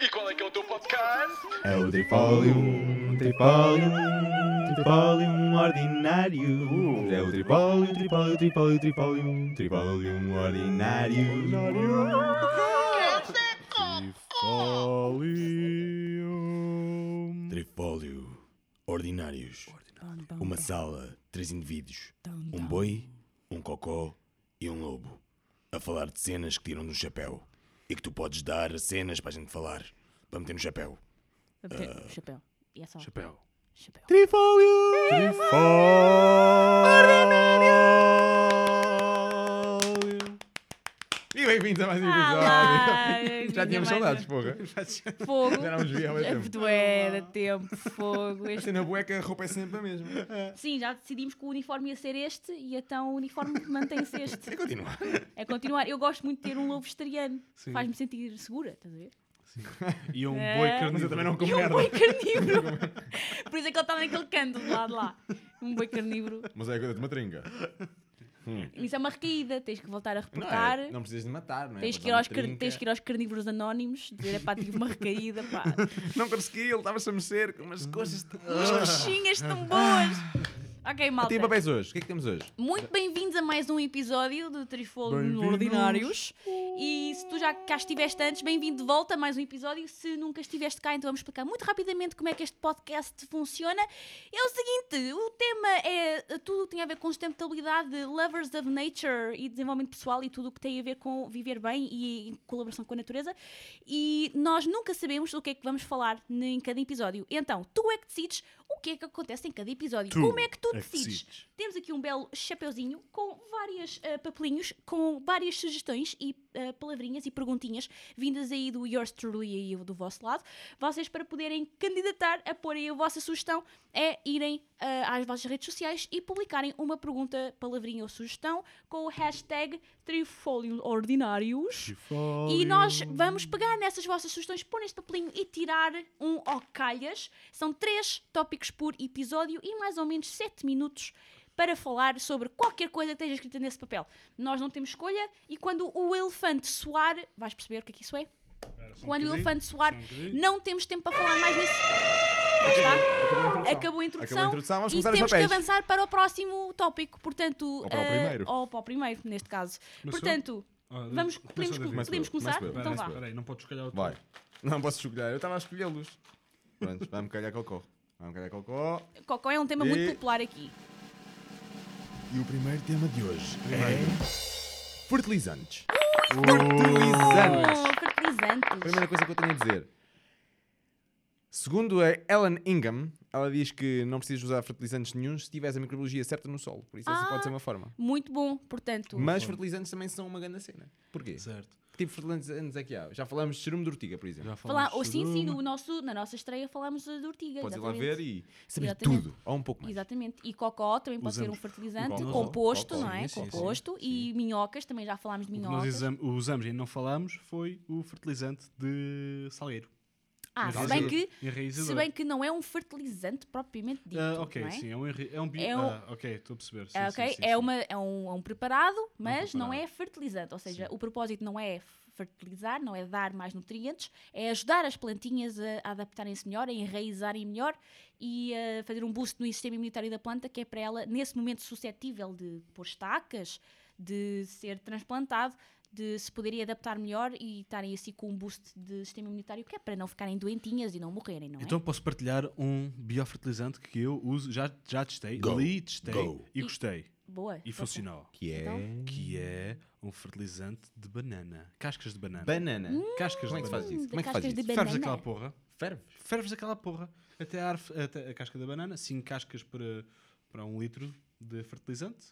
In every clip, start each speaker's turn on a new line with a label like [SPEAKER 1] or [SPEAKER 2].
[SPEAKER 1] E qual é que é o teu podcast?
[SPEAKER 2] É o um Tripólium, Tripólium, Tripólium um Ordinário. É o Tripólium, Tripólium, Tripólium, Tripólium, Tripólium um Ordinário. Tripólium. Tripólio Ordinários. Uma sala, três indivíduos. Um boi, um cocó e um lobo. A falar de cenas que tiram do chapéu. E que tu podes dar cenas para a gente falar. Para meter no chapéu.
[SPEAKER 3] Uh... Chapéu. E é só. Chapéu. Chapéu.
[SPEAKER 2] Trifólio!
[SPEAKER 4] E bem-vindos a mais um
[SPEAKER 3] Ah,
[SPEAKER 4] episódio. Já tínhamos
[SPEAKER 3] minha
[SPEAKER 4] saudades,
[SPEAKER 3] mãe.
[SPEAKER 4] porra.
[SPEAKER 3] Fogo.
[SPEAKER 4] Já não nos vi há muito tempo.
[SPEAKER 3] Doera, tempo, fogo.
[SPEAKER 4] A
[SPEAKER 3] Este...
[SPEAKER 4] cena bueca, a roupa é sempre a mesma.
[SPEAKER 3] Sim, já decidimos que o uniforme ia ser este e então o uniforme mantém-se este.
[SPEAKER 4] E continua.
[SPEAKER 3] É continuar. Eu gosto muito de ter um lobo vegetariano.
[SPEAKER 5] Sim.
[SPEAKER 3] Faz-me sentir segura, estás a ver?
[SPEAKER 5] E um
[SPEAKER 3] É.
[SPEAKER 5] boi
[SPEAKER 4] Mas eu
[SPEAKER 5] carnívoro.
[SPEAKER 4] também não como
[SPEAKER 3] E um
[SPEAKER 4] merda.
[SPEAKER 3] boi carnívoro. Por isso é que ele estava naquele canto do lado lá. Um boi carnívoro.
[SPEAKER 4] Mas é coisa de uma trinca.
[SPEAKER 3] Isso é uma recaída. Tens que voltar a
[SPEAKER 4] Não,
[SPEAKER 3] reportar.
[SPEAKER 4] é, não precisas de matar, não é?
[SPEAKER 3] Tens
[SPEAKER 4] Mas
[SPEAKER 3] que, ir
[SPEAKER 4] há uma
[SPEAKER 3] aos car-
[SPEAKER 4] trinca.
[SPEAKER 3] tens que ir aos carnívoros anónimos, dizer, pá, tive uma recaída, pá.
[SPEAKER 4] Não consegui, ele estava-se a merecer com umas coisas.
[SPEAKER 3] Umas coxinhas tão boas. Ok, malta.
[SPEAKER 4] Tem papéis hoje. O que é que temos hoje?
[SPEAKER 3] Muito bem-vindos a mais um episódio do Trifolio
[SPEAKER 5] Bem-vindos.
[SPEAKER 3] Ordinários. E se tu já cá estiveste antes, bem-vindo de volta a mais um episódio. Se nunca estiveste cá, então vamos explicar muito rapidamente como é que este podcast funciona. É o seguinte, o tema é tudo tem a ver com sustentabilidade, lovers of nature e desenvolvimento pessoal e tudo o que tem a ver com viver bem e em colaboração com a natureza. E nós nunca sabemos o que é que vamos falar em cada episódio. Então, tu é que decides o que é que acontece em cada episódio.
[SPEAKER 5] Tu
[SPEAKER 3] como é que tu
[SPEAKER 5] é que
[SPEAKER 3] decides?
[SPEAKER 5] decides.
[SPEAKER 3] Temos aqui um belo chapeuzinho com vários papelinhos, com várias sugestões e ah, palavrinhas e perguntinhas vindas aí do yours truly e eu do vosso lado. Vocês, para poderem candidatar a porem a vossa sugestão, é irem ah, às vossas redes sociais e publicarem uma pergunta, palavrinha ou sugestão com o hashtag TrifolioOrdinários. E nós vamos pegar nessas vossas sugestões, pôr neste papelinho e tirar um ao calhas. São três tópicos por episódio e mais ou menos sete minutos para falar sobre qualquer coisa que esteja escrita nesse papel. Nós não temos escolha e quando o elefante soar, vais perceber o que é que isso é?
[SPEAKER 4] um
[SPEAKER 3] Quando o elefante soar, não temos tempo para falar mais nisso. Lá Está. Acabou a introdução.
[SPEAKER 4] Acabou a introdução, vamos
[SPEAKER 3] e
[SPEAKER 4] começar os
[SPEAKER 3] temos que
[SPEAKER 4] papéis.
[SPEAKER 3] avançar para o próximo tópico, portanto,
[SPEAKER 4] Ou para o
[SPEAKER 3] eh,
[SPEAKER 4] primeiro.
[SPEAKER 3] ou para o primeiro, neste caso.
[SPEAKER 5] Começou?
[SPEAKER 3] portanto,
[SPEAKER 5] Ah,
[SPEAKER 3] Vamos,
[SPEAKER 5] começa
[SPEAKER 3] podemos,
[SPEAKER 5] o David.
[SPEAKER 4] Começa
[SPEAKER 3] podemos
[SPEAKER 4] eu,
[SPEAKER 3] começar?
[SPEAKER 4] começa eu.
[SPEAKER 3] Então
[SPEAKER 5] Espera,
[SPEAKER 3] vá.
[SPEAKER 5] espera aí, não podes calhar o
[SPEAKER 4] Vai. Não posso escolher. Eu estava a escolhê-los. Pronto, vai-me calhar cocó. Vai-me calhar cocó.
[SPEAKER 3] Cocó é um tema
[SPEAKER 4] E-
[SPEAKER 3] muito popular aqui.
[SPEAKER 4] E o primeiro tema de hoje é. Fertilizantes. Fertilizantes.
[SPEAKER 3] Oh, fertilizantes.
[SPEAKER 4] Primeira coisa que eu tenho a dizer. Segundo a Ellen Ingham, ela diz que não precisas usar fertilizantes nenhum se tiveres a microbiologia certa no solo. Por isso, essa
[SPEAKER 3] Ah.
[SPEAKER 4] pode ser uma forma.
[SPEAKER 3] Muito bom, portanto.
[SPEAKER 4] Mas fertilizantes também são uma grande cena. Porquê?
[SPEAKER 5] Certo.
[SPEAKER 4] Que tipo de fertilizantes é que há? Já falámos de cerume de ortiga, por exemplo.
[SPEAKER 5] Já
[SPEAKER 3] Falar,
[SPEAKER 5] falámos
[SPEAKER 3] ou
[SPEAKER 5] de
[SPEAKER 3] sim, sim,
[SPEAKER 5] uma.
[SPEAKER 3] no nosso, na nossa estreia falámos de ortiga.
[SPEAKER 4] Podes ir lá
[SPEAKER 3] exatamente.
[SPEAKER 4] ver e saber
[SPEAKER 3] Exatamente.
[SPEAKER 4] tudo. Ou um pouco mais.
[SPEAKER 3] Exatamente. E cocó também pode ser um
[SPEAKER 5] Usamos.
[SPEAKER 3] fertilizante,
[SPEAKER 5] Cocó.
[SPEAKER 3] composto,
[SPEAKER 4] Cocó.
[SPEAKER 3] não é?
[SPEAKER 5] Sim, sim, sim.
[SPEAKER 3] composto. E minhocas, também já falámos de
[SPEAKER 5] O que nós
[SPEAKER 3] minhocas.
[SPEAKER 5] exam- usamos e não falámos foi o fertilizante de salgueiro.
[SPEAKER 3] Ah, se
[SPEAKER 4] é
[SPEAKER 5] Enraizador.
[SPEAKER 3] bem, que,
[SPEAKER 5] Enraizador.
[SPEAKER 3] se bem que não é um fertilizante propriamente dito.
[SPEAKER 5] Ah, ok,
[SPEAKER 3] não é?
[SPEAKER 5] sim, é um, enri- é um bio.
[SPEAKER 3] É um-
[SPEAKER 5] ah, ok, estou a perceber. Sim,
[SPEAKER 3] Ah,
[SPEAKER 5] sim,
[SPEAKER 3] ok?
[SPEAKER 5] sim,
[SPEAKER 3] é,
[SPEAKER 5] sim.
[SPEAKER 3] uma, é, um, é um preparado, mas não
[SPEAKER 5] preparado.
[SPEAKER 3] é fertilizante. Ou seja, o propósito não é fertilizar, não é dar mais nutrientes, é ajudar as plantinhas a, a adaptarem-se melhor, a enraizarem melhor e a fazer um boost no sistema imunitário da planta, que é para ela, nesse momento, suscetível de pôr estacas, de ser transplantado, de se poderem adaptar melhor e estarem assim com um boost de sistema imunitário, que é para não ficarem doentinhas e não morrerem, não é?
[SPEAKER 5] Então posso partilhar um biofertilizante que eu uso, já, já testei,
[SPEAKER 2] Go.
[SPEAKER 5] li, testei
[SPEAKER 2] Go.
[SPEAKER 5] e gostei.
[SPEAKER 3] Boa. então,
[SPEAKER 5] E
[SPEAKER 3] força.
[SPEAKER 5] funcionou.
[SPEAKER 4] Que é.
[SPEAKER 3] Então-
[SPEAKER 5] Que é um fertilizante de banana. Cascas de banana.
[SPEAKER 4] Banana.
[SPEAKER 5] Cascas
[SPEAKER 4] Como é
[SPEAKER 5] de
[SPEAKER 4] que se faz
[SPEAKER 5] banana.
[SPEAKER 4] isso? Como é que faz
[SPEAKER 3] cascas hum, de
[SPEAKER 4] isso?
[SPEAKER 3] banana.
[SPEAKER 5] Ferves aquela porra.
[SPEAKER 4] Ferves.
[SPEAKER 5] Ferves aquela porra. Até a, arf- até a casca da banana, 5 cascas para, para um litro de fertilizante.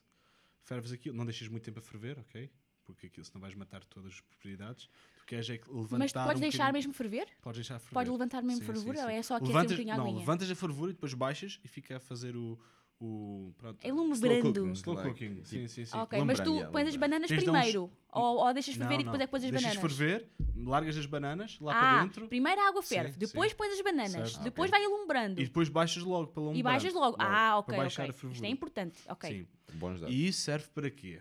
[SPEAKER 5] Ferves aquilo, não deixas muito tempo a ferver, ok? Porque aquilo senão vais matar todas as propriedades. Tu queres é que levantar.
[SPEAKER 3] Mas tu podes
[SPEAKER 5] um
[SPEAKER 3] deixar
[SPEAKER 5] bocadinho-
[SPEAKER 3] mesmo ferver?
[SPEAKER 5] Podes deixar ferver.
[SPEAKER 3] Pode levantar mesmo fervura ou é só aquecer um
[SPEAKER 5] Levantas-
[SPEAKER 3] bocadinho a
[SPEAKER 5] Não,
[SPEAKER 3] aguinha?
[SPEAKER 5] levantas a fervura e depois baixas e fica a fazer o. o pronto,
[SPEAKER 3] É lume
[SPEAKER 5] slow
[SPEAKER 3] brando.
[SPEAKER 5] cooking, Slow
[SPEAKER 4] Like,
[SPEAKER 5] cooking. Sim, sim, sim.
[SPEAKER 3] Ok,
[SPEAKER 4] Lombrando,
[SPEAKER 3] mas tu
[SPEAKER 4] yeah,
[SPEAKER 3] pões as
[SPEAKER 4] lombrando.
[SPEAKER 3] bananas
[SPEAKER 5] Tens de dar uns-
[SPEAKER 3] primeiro? Ou, ou deixas ferver
[SPEAKER 5] Não,
[SPEAKER 3] e depois
[SPEAKER 5] não.
[SPEAKER 3] é que pões as
[SPEAKER 5] Deixas
[SPEAKER 3] bananas?
[SPEAKER 5] ferver, largas as bananas lá
[SPEAKER 3] ah,
[SPEAKER 5] para dentro
[SPEAKER 3] primeiro a água ferve,
[SPEAKER 5] Sim,
[SPEAKER 3] depois
[SPEAKER 5] sim.
[SPEAKER 3] pões as bananas,
[SPEAKER 5] Certo.
[SPEAKER 3] depois vai alumbrando
[SPEAKER 5] e
[SPEAKER 3] e,
[SPEAKER 5] depois baixas logo pelo umbrando.
[SPEAKER 3] baixas logo. Ah, ok,
[SPEAKER 5] para baixar
[SPEAKER 3] ok.
[SPEAKER 5] a fervura.
[SPEAKER 3] Isto é importante, ok.
[SPEAKER 5] Sim.
[SPEAKER 4] Bons dados.
[SPEAKER 5] E isso serve para quê?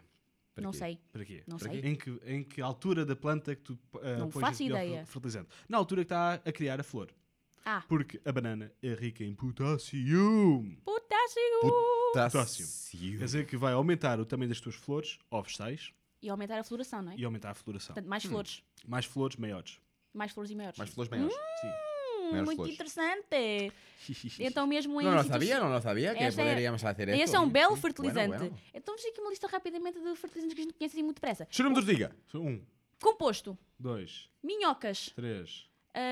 [SPEAKER 4] Para
[SPEAKER 3] não
[SPEAKER 4] quê?
[SPEAKER 3] sei.
[SPEAKER 5] Para quê?
[SPEAKER 3] Não
[SPEAKER 5] Para
[SPEAKER 3] sei.
[SPEAKER 5] quê? Em que, em que altura da planta que tu ah,
[SPEAKER 3] Não
[SPEAKER 5] pões
[SPEAKER 3] faço
[SPEAKER 5] esse biofer-
[SPEAKER 3] ideia.
[SPEAKER 5] fertilizante? Na altura que está a criar a flor.
[SPEAKER 3] Ah,
[SPEAKER 5] Porque a banana é rica em
[SPEAKER 3] Uhum.
[SPEAKER 5] potássio.
[SPEAKER 3] potássio!
[SPEAKER 5] Potássio. Quer dizer que vai aumentar o tamanho das tuas flores, ovos
[SPEAKER 3] E aumentar a floração, não é?
[SPEAKER 5] e aumentar a floração.
[SPEAKER 3] Portanto, mais flores.
[SPEAKER 5] Mais flores, maiores.
[SPEAKER 3] Mais flores e maiores.
[SPEAKER 4] Mais flores maiores.
[SPEAKER 5] Sim.
[SPEAKER 3] Hum,
[SPEAKER 4] maiores
[SPEAKER 3] muito
[SPEAKER 4] flores.
[SPEAKER 3] interessante! então, mesmo em.
[SPEAKER 6] No lo
[SPEAKER 3] sítios-
[SPEAKER 6] sabía, no lo sabía que
[SPEAKER 3] Esta é-
[SPEAKER 6] podríamos hacer esto.
[SPEAKER 3] Esse é um belo
[SPEAKER 6] Sí, sí.
[SPEAKER 3] fertilizante.
[SPEAKER 6] Bueno, bueno.
[SPEAKER 3] Então, vamos aqui uma lista rapidamente de fertilizantes que a gente conhece assim muito depressa:
[SPEAKER 4] Cheira-me de ortiga.
[SPEAKER 5] Um,
[SPEAKER 3] composto,
[SPEAKER 5] dois,
[SPEAKER 3] minhocas,
[SPEAKER 5] três.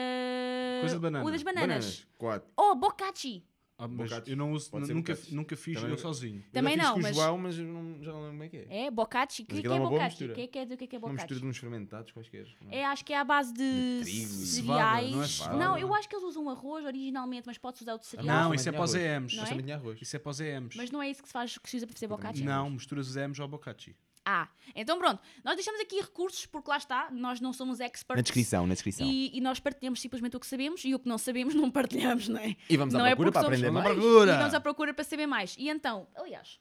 [SPEAKER 3] ah,
[SPEAKER 5] Coisa de banana.
[SPEAKER 3] o das bananas,
[SPEAKER 4] Bananas. Quatro.
[SPEAKER 3] ou oh, bocachi.
[SPEAKER 5] Ah, mas
[SPEAKER 4] Bocados.
[SPEAKER 5] eu não uso,
[SPEAKER 4] Pode ser
[SPEAKER 5] nunca,
[SPEAKER 4] bocados.
[SPEAKER 5] nunca fiz
[SPEAKER 4] Também
[SPEAKER 5] eu
[SPEAKER 4] não-
[SPEAKER 5] sozinho.
[SPEAKER 3] Também
[SPEAKER 4] eu já
[SPEAKER 3] não,
[SPEAKER 4] fiz com
[SPEAKER 3] mas-
[SPEAKER 4] o João, mas eu não, já não lembro como é que é.
[SPEAKER 3] É, bocachi. O
[SPEAKER 4] Mas
[SPEAKER 3] que, que
[SPEAKER 4] aquilo
[SPEAKER 3] é
[SPEAKER 4] é uma boa
[SPEAKER 3] bocachi? O
[SPEAKER 4] mistura.
[SPEAKER 3] que é que é, o que é, que é
[SPEAKER 4] Uma mistura
[SPEAKER 3] bocachi?
[SPEAKER 4] de uns fermentados quaisquer. não é?
[SPEAKER 3] É, acho que é à base de,
[SPEAKER 6] trigo e
[SPEAKER 3] cereais.
[SPEAKER 5] cevada, não é
[SPEAKER 3] não,
[SPEAKER 5] cevada,
[SPEAKER 3] eu acho que eles usam arroz originalmente, mas podes usar o de cereais.
[SPEAKER 5] Não,
[SPEAKER 4] mas
[SPEAKER 5] isso é
[SPEAKER 4] também
[SPEAKER 5] para os
[SPEAKER 4] tinha
[SPEAKER 5] EMs.
[SPEAKER 3] Não
[SPEAKER 4] Mas
[SPEAKER 3] é?
[SPEAKER 4] também tinha arroz.
[SPEAKER 5] Isso é para os EMs.
[SPEAKER 3] Mas não é isso que se faz, que se usa para fazer bocachi?
[SPEAKER 5] Não, misturas os EMs ao bocachi.
[SPEAKER 3] Ah, então pronto. Nós deixamos aqui recursos, porque lá está, nós não somos experts.
[SPEAKER 6] na descrição. Y,
[SPEAKER 3] E, e nós partilhamos simplesmente o que sabemos e o que não sabemos não partilhamos, não é?
[SPEAKER 6] vamos a
[SPEAKER 3] não
[SPEAKER 6] la
[SPEAKER 3] é
[SPEAKER 6] procura
[SPEAKER 3] porque
[SPEAKER 6] para
[SPEAKER 3] somos-
[SPEAKER 6] aprender más.
[SPEAKER 3] E vamos à procura para saber mais. E então, aliás,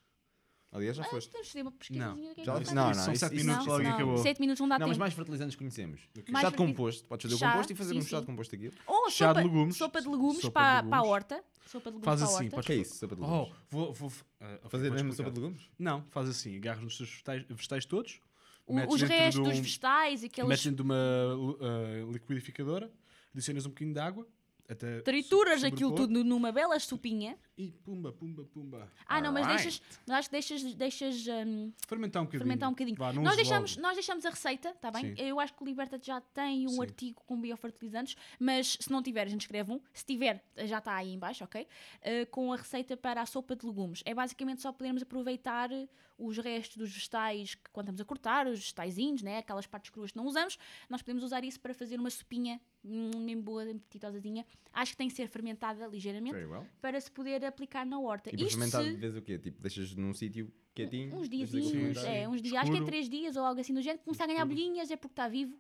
[SPEAKER 4] Aliás, já
[SPEAKER 3] ah,
[SPEAKER 4] foste.
[SPEAKER 3] temos de fazer uma pesquisazinha. o que é que
[SPEAKER 4] Já
[SPEAKER 3] é
[SPEAKER 4] disse.
[SPEAKER 3] bocachi.
[SPEAKER 4] Não,
[SPEAKER 5] Isso São
[SPEAKER 4] isso-
[SPEAKER 5] 7
[SPEAKER 4] isso-
[SPEAKER 5] minutos,
[SPEAKER 4] isso-
[SPEAKER 5] logo é
[SPEAKER 4] não.
[SPEAKER 5] acabou.
[SPEAKER 3] Sete minutos não dá
[SPEAKER 4] Não, mas
[SPEAKER 3] tempo.
[SPEAKER 4] mais fertilizantes conhecemos.
[SPEAKER 3] Mais
[SPEAKER 4] Chá de
[SPEAKER 3] fertiliz-
[SPEAKER 4] composto. Podes fazer o
[SPEAKER 3] Chá,
[SPEAKER 4] composto e fazer
[SPEAKER 3] sim,
[SPEAKER 4] um chá
[SPEAKER 3] sim.
[SPEAKER 4] de composto aqui.
[SPEAKER 3] Ou
[SPEAKER 5] Chá de
[SPEAKER 3] sopa,
[SPEAKER 5] legumes.
[SPEAKER 3] sopa de legumes
[SPEAKER 5] Sopa
[SPEAKER 3] para,
[SPEAKER 5] de
[SPEAKER 3] para a
[SPEAKER 5] legumes.
[SPEAKER 3] horta. Sopa de legumes
[SPEAKER 5] Faz
[SPEAKER 3] para a
[SPEAKER 5] assim,
[SPEAKER 3] horta.
[SPEAKER 5] podes-
[SPEAKER 4] Que é isso, sopa de
[SPEAKER 5] Oh,
[SPEAKER 4] legumes?
[SPEAKER 5] vou. vou ah, ok,
[SPEAKER 4] Fazer
[SPEAKER 5] vou
[SPEAKER 4] mesmo
[SPEAKER 5] explicar.
[SPEAKER 4] sopa de legumes?
[SPEAKER 5] Não, faz assim, agarras nos teus vegetais, vegetais todos,
[SPEAKER 3] O-
[SPEAKER 5] metes
[SPEAKER 3] os
[SPEAKER 5] dentro
[SPEAKER 3] restos,
[SPEAKER 5] de
[SPEAKER 3] os
[SPEAKER 5] um-
[SPEAKER 3] vegetais, aqueles
[SPEAKER 5] metes dentro de uma lu- ah, liquidificadora, adicionas um bocadinho de água, até
[SPEAKER 3] Trituras
[SPEAKER 5] so-
[SPEAKER 3] aquilo
[SPEAKER 5] sobrepor,
[SPEAKER 3] tudo numa bela sopinha.
[SPEAKER 5] E pumba, pumba, pumba.
[SPEAKER 3] Ah, não, mas
[SPEAKER 6] Alright.
[SPEAKER 3] deixas, mas acho que deixas, deixas hum,
[SPEAKER 5] Fermentar um bocadinho.
[SPEAKER 3] fermentar um bocadinho.
[SPEAKER 5] Vá, não
[SPEAKER 3] nós,
[SPEAKER 5] uses
[SPEAKER 3] deixamos,
[SPEAKER 5] logo.
[SPEAKER 3] nós deixamos a receita, está
[SPEAKER 5] Sim.
[SPEAKER 3] bem? Eu acho que o Liberta já tem um
[SPEAKER 5] Sim.
[SPEAKER 3] artigo com biofertilizantes, mas se não tiver, a gente escreve um. Se tiver, já está aí em baixo, ok? Eh, com a receita para a sopa de legumes. É basicamente só podermos aproveitar eh, os restos dos vegetais que quando estamos a cortar, os vegetaizinhos, né? aquelas partes cruas que não usamos, nós podemos usar isso para fazer uma sopinha hum, bem boa, bem apetitosazinha. Acho que tem que ser fermentada ligeiramente.
[SPEAKER 4] Very well.
[SPEAKER 3] para se poder aplicar na horta.
[SPEAKER 4] E para
[SPEAKER 3] Isto
[SPEAKER 4] fermentar de
[SPEAKER 3] se
[SPEAKER 4] vez o quê? Tipo, deixas num sítio quietinho.
[SPEAKER 3] uns
[SPEAKER 4] deixas um aquilo
[SPEAKER 3] diazinhos,
[SPEAKER 4] fermentar.
[SPEAKER 3] é, uns dias, acho que é
[SPEAKER 5] Escuro.
[SPEAKER 3] três dias ou algo assim do género, começar a ganhar bolhinhas é porque está vivo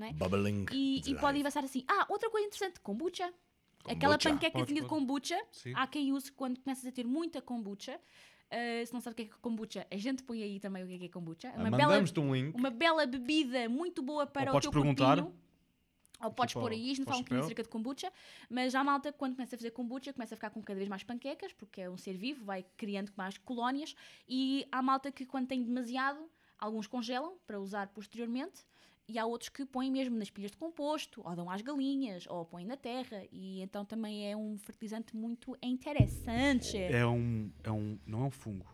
[SPEAKER 3] é?
[SPEAKER 2] Bubbling.
[SPEAKER 3] e, e
[SPEAKER 2] life.
[SPEAKER 3] pode avançar assim. Ah, outra coisa interessante, kombucha. Aquela
[SPEAKER 2] Kombucha.
[SPEAKER 3] panquecazinha
[SPEAKER 5] Pode,
[SPEAKER 3] de
[SPEAKER 5] pode.
[SPEAKER 3] kombucha,
[SPEAKER 5] Sim. Ah,
[SPEAKER 3] há quem use quando começas a ter muita kombucha. Ah, se não sabe o que é que é kombucha, a gente põe aí também o que é que é kombucha. É
[SPEAKER 4] Ah,
[SPEAKER 3] Uma bela,
[SPEAKER 4] Mandamos-te um link.
[SPEAKER 3] uma bela bebida muito boa para o
[SPEAKER 5] podes
[SPEAKER 3] teu
[SPEAKER 5] perguntar. Tipo,
[SPEAKER 3] corpinho. Ou podes
[SPEAKER 5] para
[SPEAKER 3] pôr
[SPEAKER 5] o-
[SPEAKER 3] aí, isto não
[SPEAKER 5] para o
[SPEAKER 3] fala um bocadinho
[SPEAKER 5] chapéu.
[SPEAKER 3] acerca de kombucha, mas já a malta, quando começa a fazer kombucha, começa a ficar com cada vez mais panquecas, porque é um ser vivo, vai criando mais colónias, e há malta que quando tem demasiado, alguns congelam para usar posteriormente, e há outros que põem mesmo nas pilhas de composto, ou dão às galinhas, ou põem na terra, e então também é um fertilizante muito interessante. É,
[SPEAKER 5] É um, é um. Não é um fungo.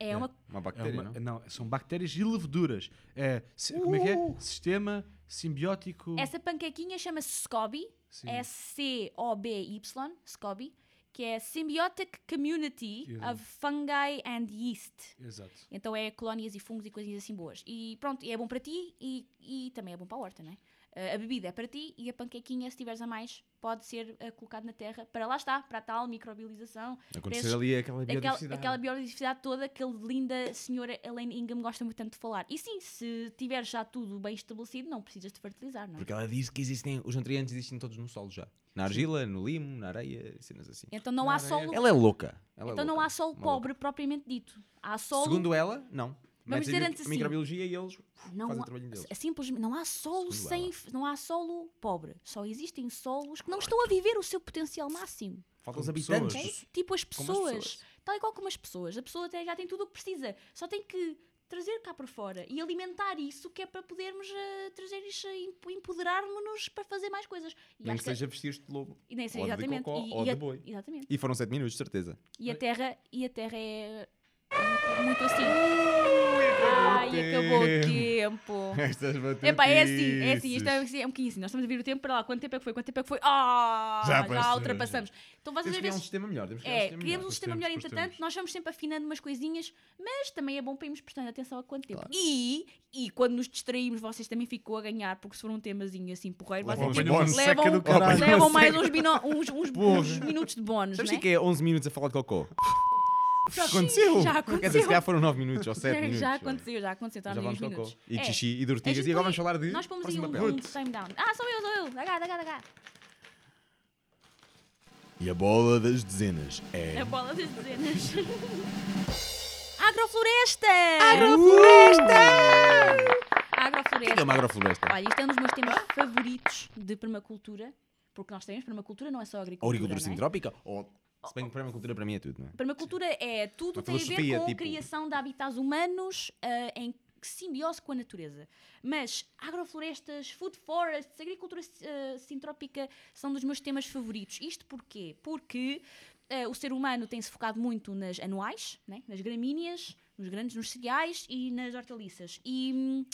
[SPEAKER 3] uma...
[SPEAKER 4] Uma
[SPEAKER 5] É
[SPEAKER 4] bactéria,
[SPEAKER 5] uma-
[SPEAKER 4] não?
[SPEAKER 5] não, são bactérias e leveduras. É, si- Como é que
[SPEAKER 3] Uh!
[SPEAKER 5] é? Sistema simbiótico.
[SPEAKER 3] Essa panquequinha chama-se SCOBY,
[SPEAKER 5] Sim.
[SPEAKER 3] S-C-O-B-Y, SCOBY, que é Symbiotic Community
[SPEAKER 5] Exato.
[SPEAKER 3] of Fungi and Yeast.
[SPEAKER 5] Exato.
[SPEAKER 3] Então é colónias e fungos e coisinhas assim boas. E pronto, e é bom para ti e, e também é bom para a horta, não é? Eh, a bebida é para ti e a panquequinha, se tiveres a mais, pode ser eh, colocado na terra para lá está, para a tal microbialização.
[SPEAKER 4] Acontecer
[SPEAKER 3] Parece-
[SPEAKER 4] ali aquela
[SPEAKER 3] Aquela,
[SPEAKER 4] biodiversidade.
[SPEAKER 3] aquela biodiversidade toda que a linda senhora Elaine Ingham gosta muito tanto de falar. E sim, se tiveres já tudo bem estabelecido, não precisas de fertilizar, não é?
[SPEAKER 4] Porque ela diz que existem, os nutrientes existem todos no solo já. Na argila, no limo, na areia, cenas assim.
[SPEAKER 3] Então não há solo
[SPEAKER 4] Ela é louca. Ela é
[SPEAKER 3] Então não
[SPEAKER 4] louca.
[SPEAKER 3] há solo
[SPEAKER 4] Uma louca.
[SPEAKER 3] pobre propriamente dito. Há solo.
[SPEAKER 4] Segundo ela, não. Metes
[SPEAKER 3] dizer
[SPEAKER 4] a bi-
[SPEAKER 3] antes assim.
[SPEAKER 4] microbiologia e eles
[SPEAKER 3] não
[SPEAKER 4] fazem
[SPEAKER 3] há, é-
[SPEAKER 4] o trabalho deles.
[SPEAKER 3] simplesmente não há solo
[SPEAKER 4] Segundo
[SPEAKER 3] sem
[SPEAKER 4] ela.
[SPEAKER 3] f- não há solo pobre. Só existem solos que não estão a viver o seu potencial máximo.
[SPEAKER 4] Faltam os
[SPEAKER 5] Como
[SPEAKER 4] habitantes.
[SPEAKER 3] ok?
[SPEAKER 5] pessoas.
[SPEAKER 3] Tipo as
[SPEAKER 4] Como as
[SPEAKER 3] pessoas,
[SPEAKER 4] pessoas.
[SPEAKER 3] Tal e qual como as pessoas. A pessoa até já tem tudo o que precisa. Só tem que trazer cá para fora e alimentar isso que é para podermos eh, trazer isso, empoderarmos-nos para fazer mais coisas. E
[SPEAKER 4] Nem
[SPEAKER 3] acho
[SPEAKER 4] que seja vestir-te de lobo.
[SPEAKER 3] e nem sei,
[SPEAKER 4] ou de
[SPEAKER 3] exatamente.
[SPEAKER 4] cocó,
[SPEAKER 3] e,
[SPEAKER 4] ou
[SPEAKER 3] e
[SPEAKER 4] de
[SPEAKER 3] a-
[SPEAKER 4] boi.
[SPEAKER 3] Exatamente.
[SPEAKER 4] E foram 7 minutos, de certeza.
[SPEAKER 3] E a terra, e a terra é muito- muito assim. Ai, acabou o tempo.
[SPEAKER 4] Estas
[SPEAKER 3] Epá, é assim, é assim, isto é, assim, é um bocadinho assim. Nós estamos a vir o tempo para lá. Quanto tempo é que foi? Quanto tempo é que foi? Ah,
[SPEAKER 5] Já
[SPEAKER 3] já,
[SPEAKER 5] passou.
[SPEAKER 3] ultrapassamos. Então vocês
[SPEAKER 4] Temos que criar
[SPEAKER 3] às
[SPEAKER 4] um
[SPEAKER 3] vezes.
[SPEAKER 4] sistema melhor. Temos que criar um
[SPEAKER 3] É,
[SPEAKER 4] sistema
[SPEAKER 3] criamos um
[SPEAKER 4] melhor.
[SPEAKER 5] Pois
[SPEAKER 3] sistema
[SPEAKER 5] temos,
[SPEAKER 3] melhor,
[SPEAKER 5] pois
[SPEAKER 3] entretanto,
[SPEAKER 5] temos.
[SPEAKER 3] nós vamos sempre afinando umas coisinhas, mas também é bom para irmos prestando atenção a quanto tempo. E, e quando nos distraímos, vocês também ficam a ganhar, porque se for um temazinho assim porreiro,
[SPEAKER 5] Levam
[SPEAKER 3] vocês
[SPEAKER 5] um
[SPEAKER 3] tipo,
[SPEAKER 5] bónus,
[SPEAKER 3] levam,
[SPEAKER 5] seca do caralho.
[SPEAKER 3] levam mais uns, bino- uns- uns- uns minutos de bónus.
[SPEAKER 4] Sabes o
[SPEAKER 3] né?
[SPEAKER 4] que é que é 11 minutos a falar de cocô?
[SPEAKER 3] Já-
[SPEAKER 4] aconteceu?
[SPEAKER 3] Já
[SPEAKER 4] Quer dizer,
[SPEAKER 3] aconteceu.
[SPEAKER 4] se calhar foram 9 minutos ou 7
[SPEAKER 3] Já
[SPEAKER 4] minutos.
[SPEAKER 3] aconteceu, já aconteceu. tá Está
[SPEAKER 4] Já
[SPEAKER 3] nos
[SPEAKER 4] vamos de
[SPEAKER 3] minutos.
[SPEAKER 4] cocô. E de
[SPEAKER 3] É.
[SPEAKER 4] xixi e de
[SPEAKER 3] A gente
[SPEAKER 4] ortigas. E agora
[SPEAKER 3] põe-
[SPEAKER 4] vamos falar de.
[SPEAKER 3] Nós pomos aí um,
[SPEAKER 4] próxima
[SPEAKER 3] um
[SPEAKER 4] pergunta.
[SPEAKER 3] time down. Ah, sou eu, sou eu. Dá cá, dá cá, dá cá.
[SPEAKER 2] E a bola das dezenas é.
[SPEAKER 3] A bola das dezenas. agrofloresta! Uh! Agrofloresta!
[SPEAKER 6] É uma agrofloresta.
[SPEAKER 3] Olha, isto é um dos meus temas favoritos de permacultura, porque nós temos permacultura, não é só agricultura.
[SPEAKER 6] Auricultura
[SPEAKER 3] não é?
[SPEAKER 6] sintrópica? Ou... Se bem que permacultura para mim é tudo, não é?
[SPEAKER 3] Permacultura é tudo
[SPEAKER 6] Uma
[SPEAKER 3] tem a ver
[SPEAKER 6] filosofia,
[SPEAKER 3] com a
[SPEAKER 6] tipo-
[SPEAKER 3] criação de habitats humanos ah, em simbiose com a natureza. Mas agroflorestas, food forests, agricultura ah, sintrópica são dos meus temas favoritos. Isto porquê? Porque ah, o ser humano tem-se focado muito nas anuais, né? nas gramíneas, nos grandes, nos cereais e nas hortaliças. E, hum,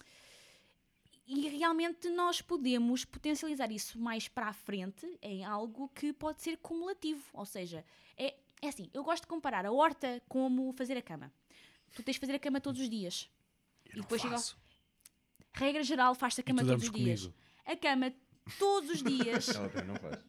[SPEAKER 3] e realmente nós podemos potencializar isso mais para a frente em algo que pode ser cumulativo. Ou seja, é, é assim, eu gosto de comparar a horta como fazer a cama. Tu tens de fazer a cama todos os dias. e depois chega ao- Regra geral, faz-se a
[SPEAKER 5] E tu
[SPEAKER 3] cama todos
[SPEAKER 5] dormes
[SPEAKER 3] os dias.
[SPEAKER 5] comigo.
[SPEAKER 3] A cama todos os dias.
[SPEAKER 4] é?
[SPEAKER 6] não faz.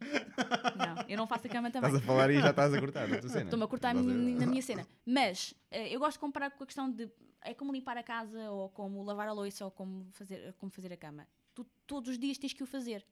[SPEAKER 3] não, eu não faço a cama também.
[SPEAKER 4] Estás a falar e já estás a cortar é a tua cena.
[SPEAKER 3] Estou-me a cortar a
[SPEAKER 4] Estás
[SPEAKER 3] mim- na minha cena. Mas eh, eu gosto de comparar com a questão de é como limpar a casa ou como lavar a louça ou como fazer, como fazer a cama. Tu todos os dias tens que o fazer.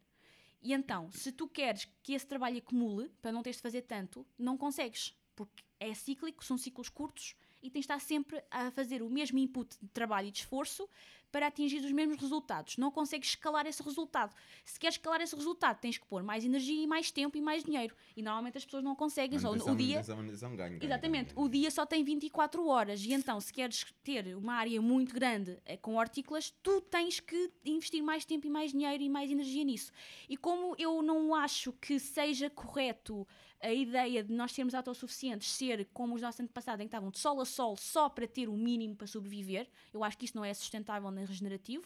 [SPEAKER 3] E então, se tu queres que esse trabalho acumule, para não teres de fazer tanto, não consegues. Porque é cíclico, são ciclos curtos e tens de estar sempre a fazer o mesmo input de trabalho e de esforço para atingir os mesmos resultados. Não consegues escalar esse resultado. Se queres escalar esse resultado, tens que pôr mais energia e mais tempo e mais dinheiro. E normalmente as pessoas não conseguem. Só,
[SPEAKER 4] Manutenção,
[SPEAKER 3] o dia
[SPEAKER 4] manutenção, manutenção, é um ganho, ganho,
[SPEAKER 3] Exatamente,
[SPEAKER 4] ganho,
[SPEAKER 3] o dia só tem 24 horas e então se queres ter uma área muito grande eh, com hortícolas, tu tens que investir mais tempo e mais dinheiro e mais energia nisso. E como eu não acho que seja correto a ideia de nós sermos autossuficientes ser como os nossos antepassados em que estavam de sol a sol só para ter o mínimo para sobreviver, eu acho que isso não é sustentável nem regenerativo.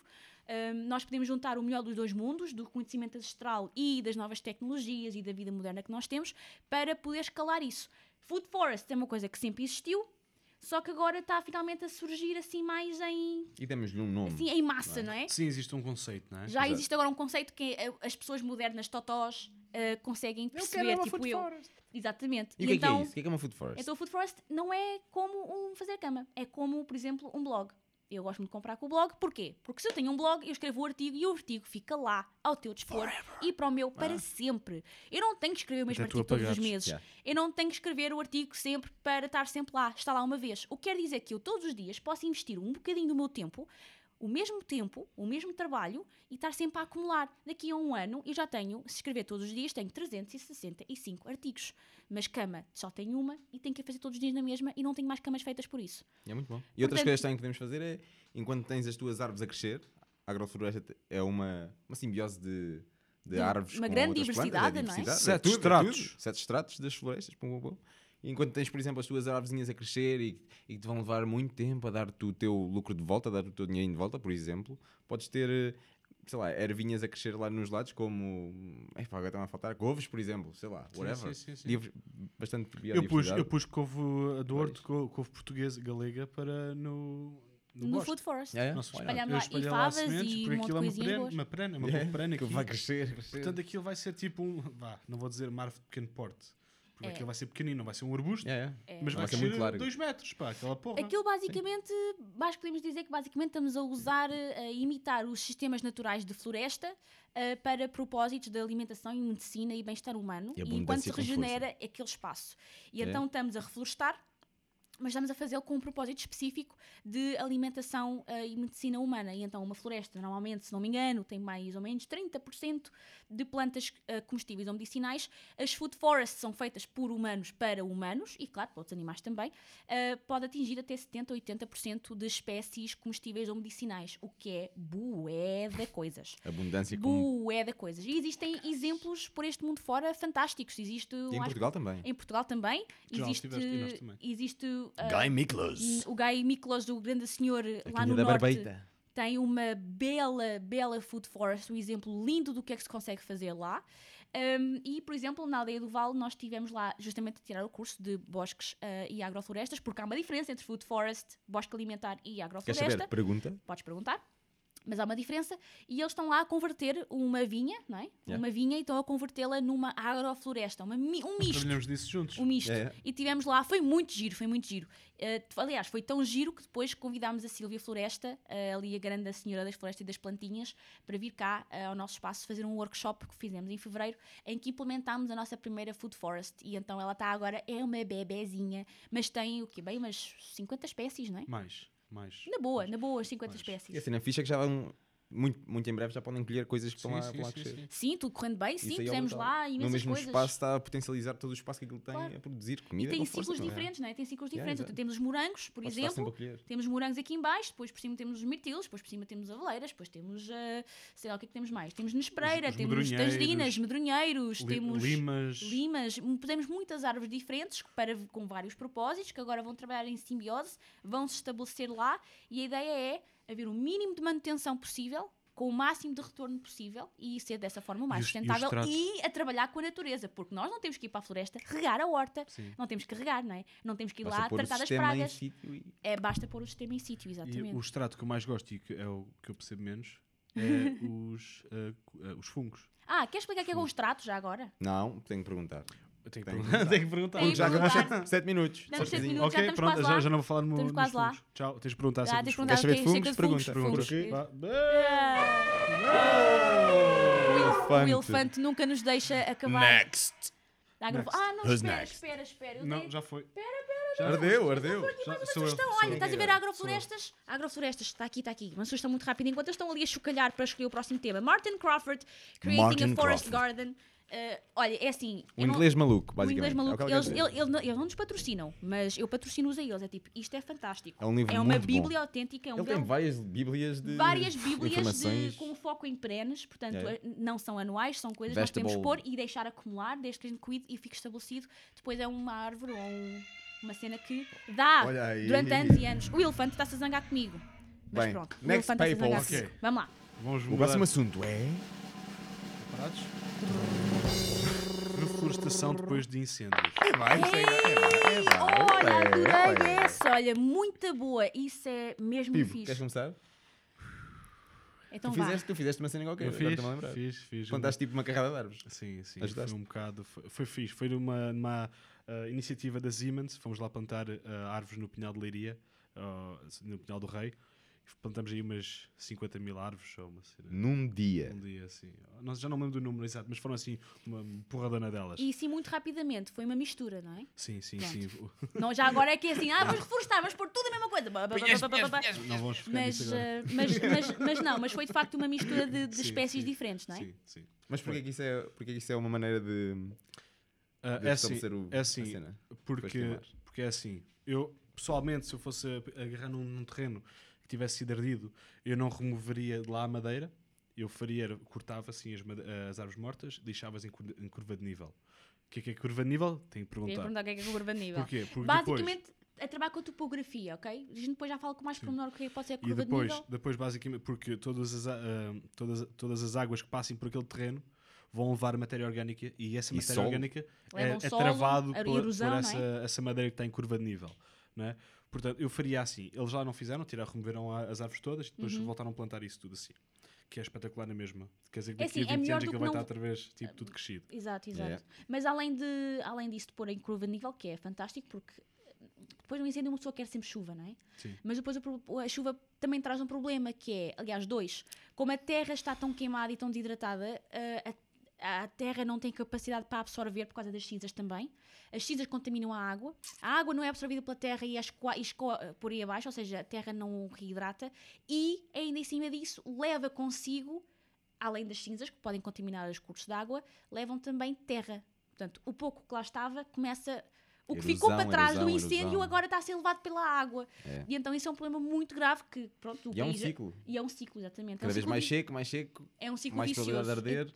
[SPEAKER 3] Ahm, nós podemos juntar o melhor dos dois mundos, do conhecimento ancestral e das novas tecnologias e da vida moderna que nós temos, para poder escalar isso. Food Forest é uma coisa que sempre existiu, só que agora está finalmente a surgir assim mais em,
[SPEAKER 4] ganho. E demos-lhe um nome.
[SPEAKER 3] assim, em massa, não é?
[SPEAKER 5] Sim, existe um conceito, não é?
[SPEAKER 3] Já existe agora um conceito que eh, as pessoas modernas, totós, eh, conseguem perceber, tipo eu. Exatamente.
[SPEAKER 6] E o que é que
[SPEAKER 3] então,
[SPEAKER 6] é isso? O que é que é uma food forest?
[SPEAKER 3] então o Food Forest não é como um fazer cama, é como, por exemplo, um blog. Eu gosto muito de comprar com o blog, porquê? Porque se eu tenho um blog, eu escrevo o artigo e o artigo fica lá, ao teu dispor e para o meu para sempre. Eu não tenho que escrever o
[SPEAKER 5] Ah.
[SPEAKER 3] mesmo
[SPEAKER 5] Até tu
[SPEAKER 3] artigo todos os
[SPEAKER 5] apagares,
[SPEAKER 3] meses.
[SPEAKER 6] já.
[SPEAKER 3] Eu não tenho que escrever o artigo sempre para estar sempre lá, está lá uma vez. O que quer dizer que eu todos os dias posso investir um bocadinho do meu tempo, o mesmo tempo, o mesmo trabalho e estar sempre a acumular. Daqui a um ano eu já tenho, se escrever todos os dias, tenho 365 artigos. Mas cama só tenho uma e tenho que a fazer todos os dias na mesma e não tenho mais camas feitas por isso.
[SPEAKER 4] É muito bom. E outras
[SPEAKER 3] Portanto-
[SPEAKER 4] coisas também que podemos fazer é, enquanto tens as tuas árvores a crescer, a agrofloresta te- é uma, uma simbiose de, de,
[SPEAKER 3] De
[SPEAKER 4] árvores
[SPEAKER 3] uma
[SPEAKER 4] com
[SPEAKER 3] grande
[SPEAKER 4] outras plantas,
[SPEAKER 3] diversidade, não é?
[SPEAKER 5] Sete
[SPEAKER 4] tudo,
[SPEAKER 5] estratos.
[SPEAKER 4] tudo. Sete estratos das florestas, pum, pum, pum. E enquanto tens, por exemplo, as tuas árvorezinhas a crescer e, e te vão levar muito tempo a dar-te o teu lucro de volta, a dar o teu dinheirinho de volta, por exemplo, podes ter, eh, sei lá, ervinhas a crescer lá nos lados, como, epá, agora estão a faltar, couves, por exemplo, sei lá,
[SPEAKER 5] Sim,
[SPEAKER 4] whatever.
[SPEAKER 5] sim, sim, sim.
[SPEAKER 4] Livre- Bastante
[SPEAKER 5] Eu pus,
[SPEAKER 4] biodiversidade.
[SPEAKER 5] eu pus couve do Horto, couve, couve portuguesa, galega, para no.
[SPEAKER 3] No,
[SPEAKER 5] bosque.
[SPEAKER 3] Food Forest.
[SPEAKER 4] É, é.
[SPEAKER 5] Nossa,
[SPEAKER 3] Espalhar
[SPEAKER 5] eu
[SPEAKER 3] lá- e
[SPEAKER 5] espalhei lá
[SPEAKER 3] favas
[SPEAKER 5] sementes,
[SPEAKER 3] e
[SPEAKER 5] porque
[SPEAKER 3] um monte de
[SPEAKER 5] aquilo é uma
[SPEAKER 3] coisinhas
[SPEAKER 5] perena,
[SPEAKER 3] boas.
[SPEAKER 5] uma perena, uma
[SPEAKER 4] Yeah,
[SPEAKER 5] couve perena
[SPEAKER 4] É, que
[SPEAKER 5] aqui.
[SPEAKER 4] vai crescer, crescer.
[SPEAKER 5] Portanto, aquilo vai ser tipo um. Vá, não vou dizer uma árvore de pequeno porte. Porque
[SPEAKER 3] É.
[SPEAKER 5] aquilo vai ser pequenino, não vai ser um arbusto.
[SPEAKER 4] É, é.
[SPEAKER 5] Mas vai,
[SPEAKER 4] Vai ser
[SPEAKER 5] crescer
[SPEAKER 4] muito largo.
[SPEAKER 5] 2 metros, pá, aquela porra.
[SPEAKER 3] Aquilo é basicamente, acho que podemos dizer que basicamente estamos a usar, eh, a imitar os sistemas naturais de floresta eh, para propósitos de alimentação e medicina e bem-estar humano.
[SPEAKER 6] E
[SPEAKER 3] E,
[SPEAKER 6] abundância
[SPEAKER 3] quando se
[SPEAKER 6] com força. É.
[SPEAKER 3] regenera aquele espaço. E então estamos a reflorestar, mas estamos a fazê-lo com um propósito específico de alimentação eh, e medicina humana. E então uma floresta, normalmente, se não me engano, tem mais ou menos 30% de plantas eh, comestíveis ou medicinais. As food forests são feitas por humanos para humanos e, claro, para outros animais também. eh, pode atingir até 70% ou 80% de espécies comestíveis ou medicinais, o que é bué de coisas.
[SPEAKER 4] Abundância Assim como
[SPEAKER 3] Bué de coisas. E existem exemplos por este mundo fora fantásticos. Existe,
[SPEAKER 4] E em
[SPEAKER 3] acho-
[SPEAKER 4] Portugal também.
[SPEAKER 3] em Portugal também.
[SPEAKER 5] Já lá
[SPEAKER 3] Existe,
[SPEAKER 5] estiveste, e nós também.
[SPEAKER 3] existe ah,
[SPEAKER 2] Guy Miklos.
[SPEAKER 3] o Guy Miklos, do grande senhor lá no norte, tem uma bela, bela food forest, um exemplo lindo do que é que se consegue fazer lá. Um, e, por exemplo, na aldeia do Vale, nós estivemos lá justamente a tirar o curso de bosques ah, e agroflorestas, porque há uma diferença entre food forest, bosque alimentar e
[SPEAKER 4] Queres
[SPEAKER 3] agrofloresta.
[SPEAKER 4] saber? Pergunta.
[SPEAKER 3] Podes perguntar. Mas há uma diferença e eles estão lá a converter uma vinha, não é?
[SPEAKER 4] Yeah.
[SPEAKER 3] Uma vinha e estão a convertê-la numa agrofloresta, uma mi- um misto.
[SPEAKER 5] Trabalhamos nisso juntos.
[SPEAKER 3] Um misto.
[SPEAKER 4] É, é.
[SPEAKER 3] E tivemos lá, foi muito giro, foi muito giro. Eh, aliás, foi tão giro que depois convidámos a Silvia Floresta, eh, ali a grande senhora das florestas e das plantinhas, para vir cá eh, ao nosso espaço fazer um workshop que fizemos em fevereiro, em que implementámos a nossa primeira Food Forest. E então ela está agora, é uma bebezinha, mas tem o quê? Bem, umas 50 espécies, não é?
[SPEAKER 5] Mais, mais.
[SPEAKER 3] Na boa, na boa, as 50
[SPEAKER 5] Mas-
[SPEAKER 4] E
[SPEAKER 3] espécies.
[SPEAKER 4] assim, na ficha que já vão. Muito, muito em breve já podem colher coisas que estão lá,
[SPEAKER 5] Sim,
[SPEAKER 4] estão lá a
[SPEAKER 5] sim,
[SPEAKER 4] crescer.
[SPEAKER 5] sim, sim.
[SPEAKER 3] Sim, tudo correndo bem, sim,
[SPEAKER 4] Isso aí é
[SPEAKER 3] fizemos
[SPEAKER 4] brutal.
[SPEAKER 3] lá imensas
[SPEAKER 4] No mesmo
[SPEAKER 3] coisas.
[SPEAKER 4] espaço está a potencializar todo o espaço que aquilo tem
[SPEAKER 3] Claro.
[SPEAKER 4] a produzir
[SPEAKER 3] E
[SPEAKER 4] comida.
[SPEAKER 3] tem
[SPEAKER 4] com força,
[SPEAKER 3] ciclos
[SPEAKER 4] não é?
[SPEAKER 3] diferentes, não é? Tem ciclos
[SPEAKER 4] Yeah,
[SPEAKER 3] diferentes.
[SPEAKER 4] exato.
[SPEAKER 3] Temos os morangos, por
[SPEAKER 4] Podes estar
[SPEAKER 3] exemplo.
[SPEAKER 4] sempre a colher.
[SPEAKER 3] Temos morangos aqui em baixo, depois por cima temos os mirtilos, depois por cima temos aveleiras, depois temos, ah, sei lá o que é que temos mais. Temos nespreira,
[SPEAKER 5] Os- os
[SPEAKER 3] temos
[SPEAKER 5] medronheiros,
[SPEAKER 3] tangerinas, medronheiros,
[SPEAKER 5] Li-
[SPEAKER 3] temos
[SPEAKER 5] Limas.
[SPEAKER 3] limas, hum, temos muitas árvores diferentes para, com vários propósitos que agora vão trabalhar em simbiose, vão se estabelecer lá e a ideia é haver o mínimo de manutenção possível com o máximo de retorno possível e ser dessa forma o mais
[SPEAKER 5] E os- e os
[SPEAKER 3] sustentável
[SPEAKER 5] tratos?
[SPEAKER 3] e a trabalhar com a natureza, porque nós não temos que ir para a floresta regar a horta,
[SPEAKER 5] Sim.
[SPEAKER 3] não temos que regar, não é? Não temos que ir
[SPEAKER 4] Basta
[SPEAKER 3] lá
[SPEAKER 4] pôr o
[SPEAKER 3] tratar das
[SPEAKER 4] sistema em
[SPEAKER 3] pragas.
[SPEAKER 4] sítio e-
[SPEAKER 3] É, basta pôr o sistema em sítio,
[SPEAKER 5] E
[SPEAKER 3] exatamente.
[SPEAKER 5] o extrato que eu mais gosto e que é o que eu percebo menos é os, ah, cu- ah, os fungos.
[SPEAKER 3] Ah, quer explicar o que é que é um extrato já agora?
[SPEAKER 4] Não, tenho que perguntar.
[SPEAKER 5] Eu tenho que
[SPEAKER 4] Tem que
[SPEAKER 5] perguntar. Tenho que perguntar.
[SPEAKER 3] Tem que
[SPEAKER 4] Já
[SPEAKER 3] perguntar.
[SPEAKER 4] acabamos 7 minutos.
[SPEAKER 3] Damos Ah. sete
[SPEAKER 4] Sozinho.
[SPEAKER 3] minutos, já
[SPEAKER 5] ok,
[SPEAKER 3] estamos
[SPEAKER 5] pronto,
[SPEAKER 3] quase
[SPEAKER 5] já,
[SPEAKER 3] lá.
[SPEAKER 5] já não vou falar no,
[SPEAKER 3] Estamos
[SPEAKER 5] nos
[SPEAKER 3] quase lá.
[SPEAKER 5] fungos. Tchau, tens de perguntar
[SPEAKER 3] Já,
[SPEAKER 5] sobre
[SPEAKER 3] tens
[SPEAKER 5] os
[SPEAKER 3] de perguntar
[SPEAKER 4] Queres
[SPEAKER 3] o que é
[SPEAKER 4] saber de
[SPEAKER 3] que é
[SPEAKER 4] fungos?
[SPEAKER 3] fungos,
[SPEAKER 4] Pergunta.
[SPEAKER 3] fungos.
[SPEAKER 5] fungos. Vá.
[SPEAKER 3] O
[SPEAKER 4] Elefante.
[SPEAKER 3] elefante nunca nos deixa acabar.
[SPEAKER 2] Next!
[SPEAKER 3] Dá a grava-
[SPEAKER 5] Next.
[SPEAKER 3] Ah, não,
[SPEAKER 2] Who's
[SPEAKER 3] espera,
[SPEAKER 2] next?
[SPEAKER 3] espera, espera. Eu
[SPEAKER 5] Não,
[SPEAKER 3] dei-
[SPEAKER 5] já foi.
[SPEAKER 4] Ardeu, ardeu.
[SPEAKER 5] Já,
[SPEAKER 3] Uma
[SPEAKER 5] sou eu.
[SPEAKER 3] sugestão,
[SPEAKER 5] sou um
[SPEAKER 3] olha,
[SPEAKER 5] eu.
[SPEAKER 3] estás a ver a agroflorestas? A agroflorestas, está aqui, está aqui. Uma sugestão muito rápida, enquanto eles estão ali a chocalhar para escolher o próximo tema. Martin Crawford, Creating a
[SPEAKER 2] Martin
[SPEAKER 3] Forest
[SPEAKER 2] Crawford.
[SPEAKER 3] Garden. Eh, olha, é assim.
[SPEAKER 4] Um
[SPEAKER 3] eu não-
[SPEAKER 4] inglês maluco,
[SPEAKER 3] O
[SPEAKER 4] basicamente.
[SPEAKER 3] inglês maluco,
[SPEAKER 4] É o que ele
[SPEAKER 3] eles,
[SPEAKER 4] quer
[SPEAKER 3] ele-
[SPEAKER 4] dizer.
[SPEAKER 3] ele não- eles não nos patrocinam, mas eu patrocino-os a eles. É tipo, isto é fantástico.
[SPEAKER 4] É um livro
[SPEAKER 3] uma
[SPEAKER 4] muito bom.
[SPEAKER 3] bíblia autêntica, é um
[SPEAKER 4] Ele
[SPEAKER 3] belo
[SPEAKER 4] tem várias bíblias de
[SPEAKER 3] várias bíblias de-
[SPEAKER 4] informações.
[SPEAKER 3] com foco em perenes, portanto,
[SPEAKER 4] É.
[SPEAKER 3] eh, não são anuais, são coisas que nós podemos pôr
[SPEAKER 4] Vegetable.
[SPEAKER 3] e deixar acumular, desde que a gente cuide e fique estabelecido. Depois é uma árvore ou um- uma cena que dá
[SPEAKER 4] Olha aí.
[SPEAKER 3] durante anos e anos. O elefante está-se a zangar comigo. Mas
[SPEAKER 4] Bem,
[SPEAKER 3] pronto, o
[SPEAKER 4] next
[SPEAKER 3] elefante está-se a zangar
[SPEAKER 4] papers.
[SPEAKER 3] comigo. Vamos lá.
[SPEAKER 5] Vamos
[SPEAKER 4] O
[SPEAKER 5] mudar.
[SPEAKER 4] próximo assunto é...
[SPEAKER 5] Preparados? Reflorestação depois de incêndios.
[SPEAKER 2] é
[SPEAKER 3] Ei, olha,
[SPEAKER 4] é,
[SPEAKER 3] adorei essa, olha, muito boa. Isso é mesmo
[SPEAKER 4] Pivo, queres
[SPEAKER 3] fixe.
[SPEAKER 4] começar?
[SPEAKER 3] Então
[SPEAKER 4] tu,
[SPEAKER 3] vá.
[SPEAKER 4] fizeste, tu fizeste uma cena qualquer,
[SPEAKER 5] Eu
[SPEAKER 4] agora
[SPEAKER 5] fiz,
[SPEAKER 4] estou-me a lembrar.
[SPEAKER 5] fiz, fiz.
[SPEAKER 4] Contaste tipo uma carrada de árvores.
[SPEAKER 5] Sim, sim.
[SPEAKER 4] Ajudaste?
[SPEAKER 5] Foi um bocado. Foi, foi fixe. Foi numa, numa ah, iniciativa da Siemens. Fomos lá plantar ah, árvores no Pinhal de Leiria, ah, no Pinhal do Rei. E plantamos aí umas 50 mil árvores. Ou uma cena.
[SPEAKER 4] Num dia.
[SPEAKER 5] Um dia assim. Não, já não me lembro do número exato, mas foram assim uma porradana delas.
[SPEAKER 3] E sim, muito rapidamente, foi uma mistura, não é?
[SPEAKER 5] Sim, sim,
[SPEAKER 3] Pronto.
[SPEAKER 5] sim.
[SPEAKER 3] Não, já agora é que é assim, ah, vamos reforestar, vamos pôr tudo a mesma coisa. Ba, ba, ba, ba, ba, ba, ba.
[SPEAKER 5] Não vamos ficar
[SPEAKER 3] Mas,
[SPEAKER 5] nisso é agora.
[SPEAKER 3] eh, mas, mas, mas não, mas foi de facto uma mistura de, de
[SPEAKER 5] Sim,
[SPEAKER 3] espécies
[SPEAKER 5] sim,
[SPEAKER 3] diferentes, não é?
[SPEAKER 5] Sim, sim.
[SPEAKER 4] Mas porquê que, isso é, porquê que isso é uma maneira de,
[SPEAKER 5] Ah,
[SPEAKER 4] de
[SPEAKER 5] é assim,
[SPEAKER 4] estabelecer o,
[SPEAKER 5] é assim,
[SPEAKER 4] a cena? Depois
[SPEAKER 5] porque,
[SPEAKER 4] queimar.
[SPEAKER 5] porque é assim. Eu, pessoalmente, se eu fosse a- agarrar num, num terreno que tivesse sido ardido, eu não removeria de lá a madeira. Eu faria, era- cortava assim as, made- as árvores mortas, deixava-as em, cur- em curva de nível. O que é que é curva de nível? Tenho que
[SPEAKER 3] Queria
[SPEAKER 5] perguntar.
[SPEAKER 3] perguntar o que é que é curva de nível.
[SPEAKER 5] Porquê? Porque
[SPEAKER 3] Basicamente, a trabalhar com a topografia, ok? A gente depois já fala com mais pormenor o que é que pode ser a
[SPEAKER 5] E
[SPEAKER 3] curva
[SPEAKER 5] depois,
[SPEAKER 3] de nível.
[SPEAKER 5] depois basicamente, porque todas as, a- ah, todas, todas as águas que passem por aquele terreno vão levar matéria orgânica e essa
[SPEAKER 4] E
[SPEAKER 5] matéria
[SPEAKER 4] solo.
[SPEAKER 5] orgânica é,
[SPEAKER 3] Levam
[SPEAKER 5] é
[SPEAKER 3] então solo,
[SPEAKER 5] travado
[SPEAKER 3] a
[SPEAKER 5] pela- por,
[SPEAKER 3] erosão, não é?
[SPEAKER 5] essa, essa madeira que está em curva de nível. Não é? Portanto, eu faria assim. Eles já não fizeram, tiraram, removeram a- as árvores todas e depois
[SPEAKER 3] Uhum.
[SPEAKER 5] voltaram a plantar isso tudo assim. Que é espetacular na mesma. Quer dizer que
[SPEAKER 3] É
[SPEAKER 5] daqui
[SPEAKER 3] assim, é
[SPEAKER 5] a 20
[SPEAKER 3] melhor
[SPEAKER 5] anos
[SPEAKER 3] do
[SPEAKER 5] aquilo
[SPEAKER 3] que
[SPEAKER 5] vai
[SPEAKER 3] não-
[SPEAKER 5] estar outra vez tipo, tudo crescido.
[SPEAKER 3] Exato, exato.
[SPEAKER 4] Yeah.
[SPEAKER 3] Mas além, de, além disso de pôr em curva de nível, que é fantástico, porque depois de um incêndio uma pessoa quer sempre chuva, não é?
[SPEAKER 5] Sim.
[SPEAKER 3] Mas depois o pro- a chuva também traz um problema, que é, aliás, dois. Como a terra está tão queimada e tão desidratada, a- a, a terra não tem capacidade para absorver por causa das cinzas também. As cinzas contaminam a água. A água não é absorvida pela terra e escoa, e escoa eh, por aí abaixo, ou seja, a terra não reidrata. E, ainda em cima disso, leva consigo, além das cinzas, que podem contaminar os cursos de água, levam também terra. Portanto, o pouco que lá estava começa... O que ficou
[SPEAKER 4] Erosão,
[SPEAKER 3] para trás do
[SPEAKER 4] erosão,
[SPEAKER 3] incêndio
[SPEAKER 4] erosão.
[SPEAKER 3] agora está a ser levado pela água.
[SPEAKER 4] É.
[SPEAKER 3] E então isso é um problema muito grave que, pronto, o
[SPEAKER 4] E é um
[SPEAKER 3] país-
[SPEAKER 4] ciclo.
[SPEAKER 3] E é um ciclo, exatamente. é um
[SPEAKER 4] Cada vez
[SPEAKER 3] ciclo
[SPEAKER 4] mais
[SPEAKER 3] vi-
[SPEAKER 4] seco, mais seco,
[SPEAKER 3] É um ciclo
[SPEAKER 4] mais
[SPEAKER 3] vicioso.
[SPEAKER 4] probabilidade de arder.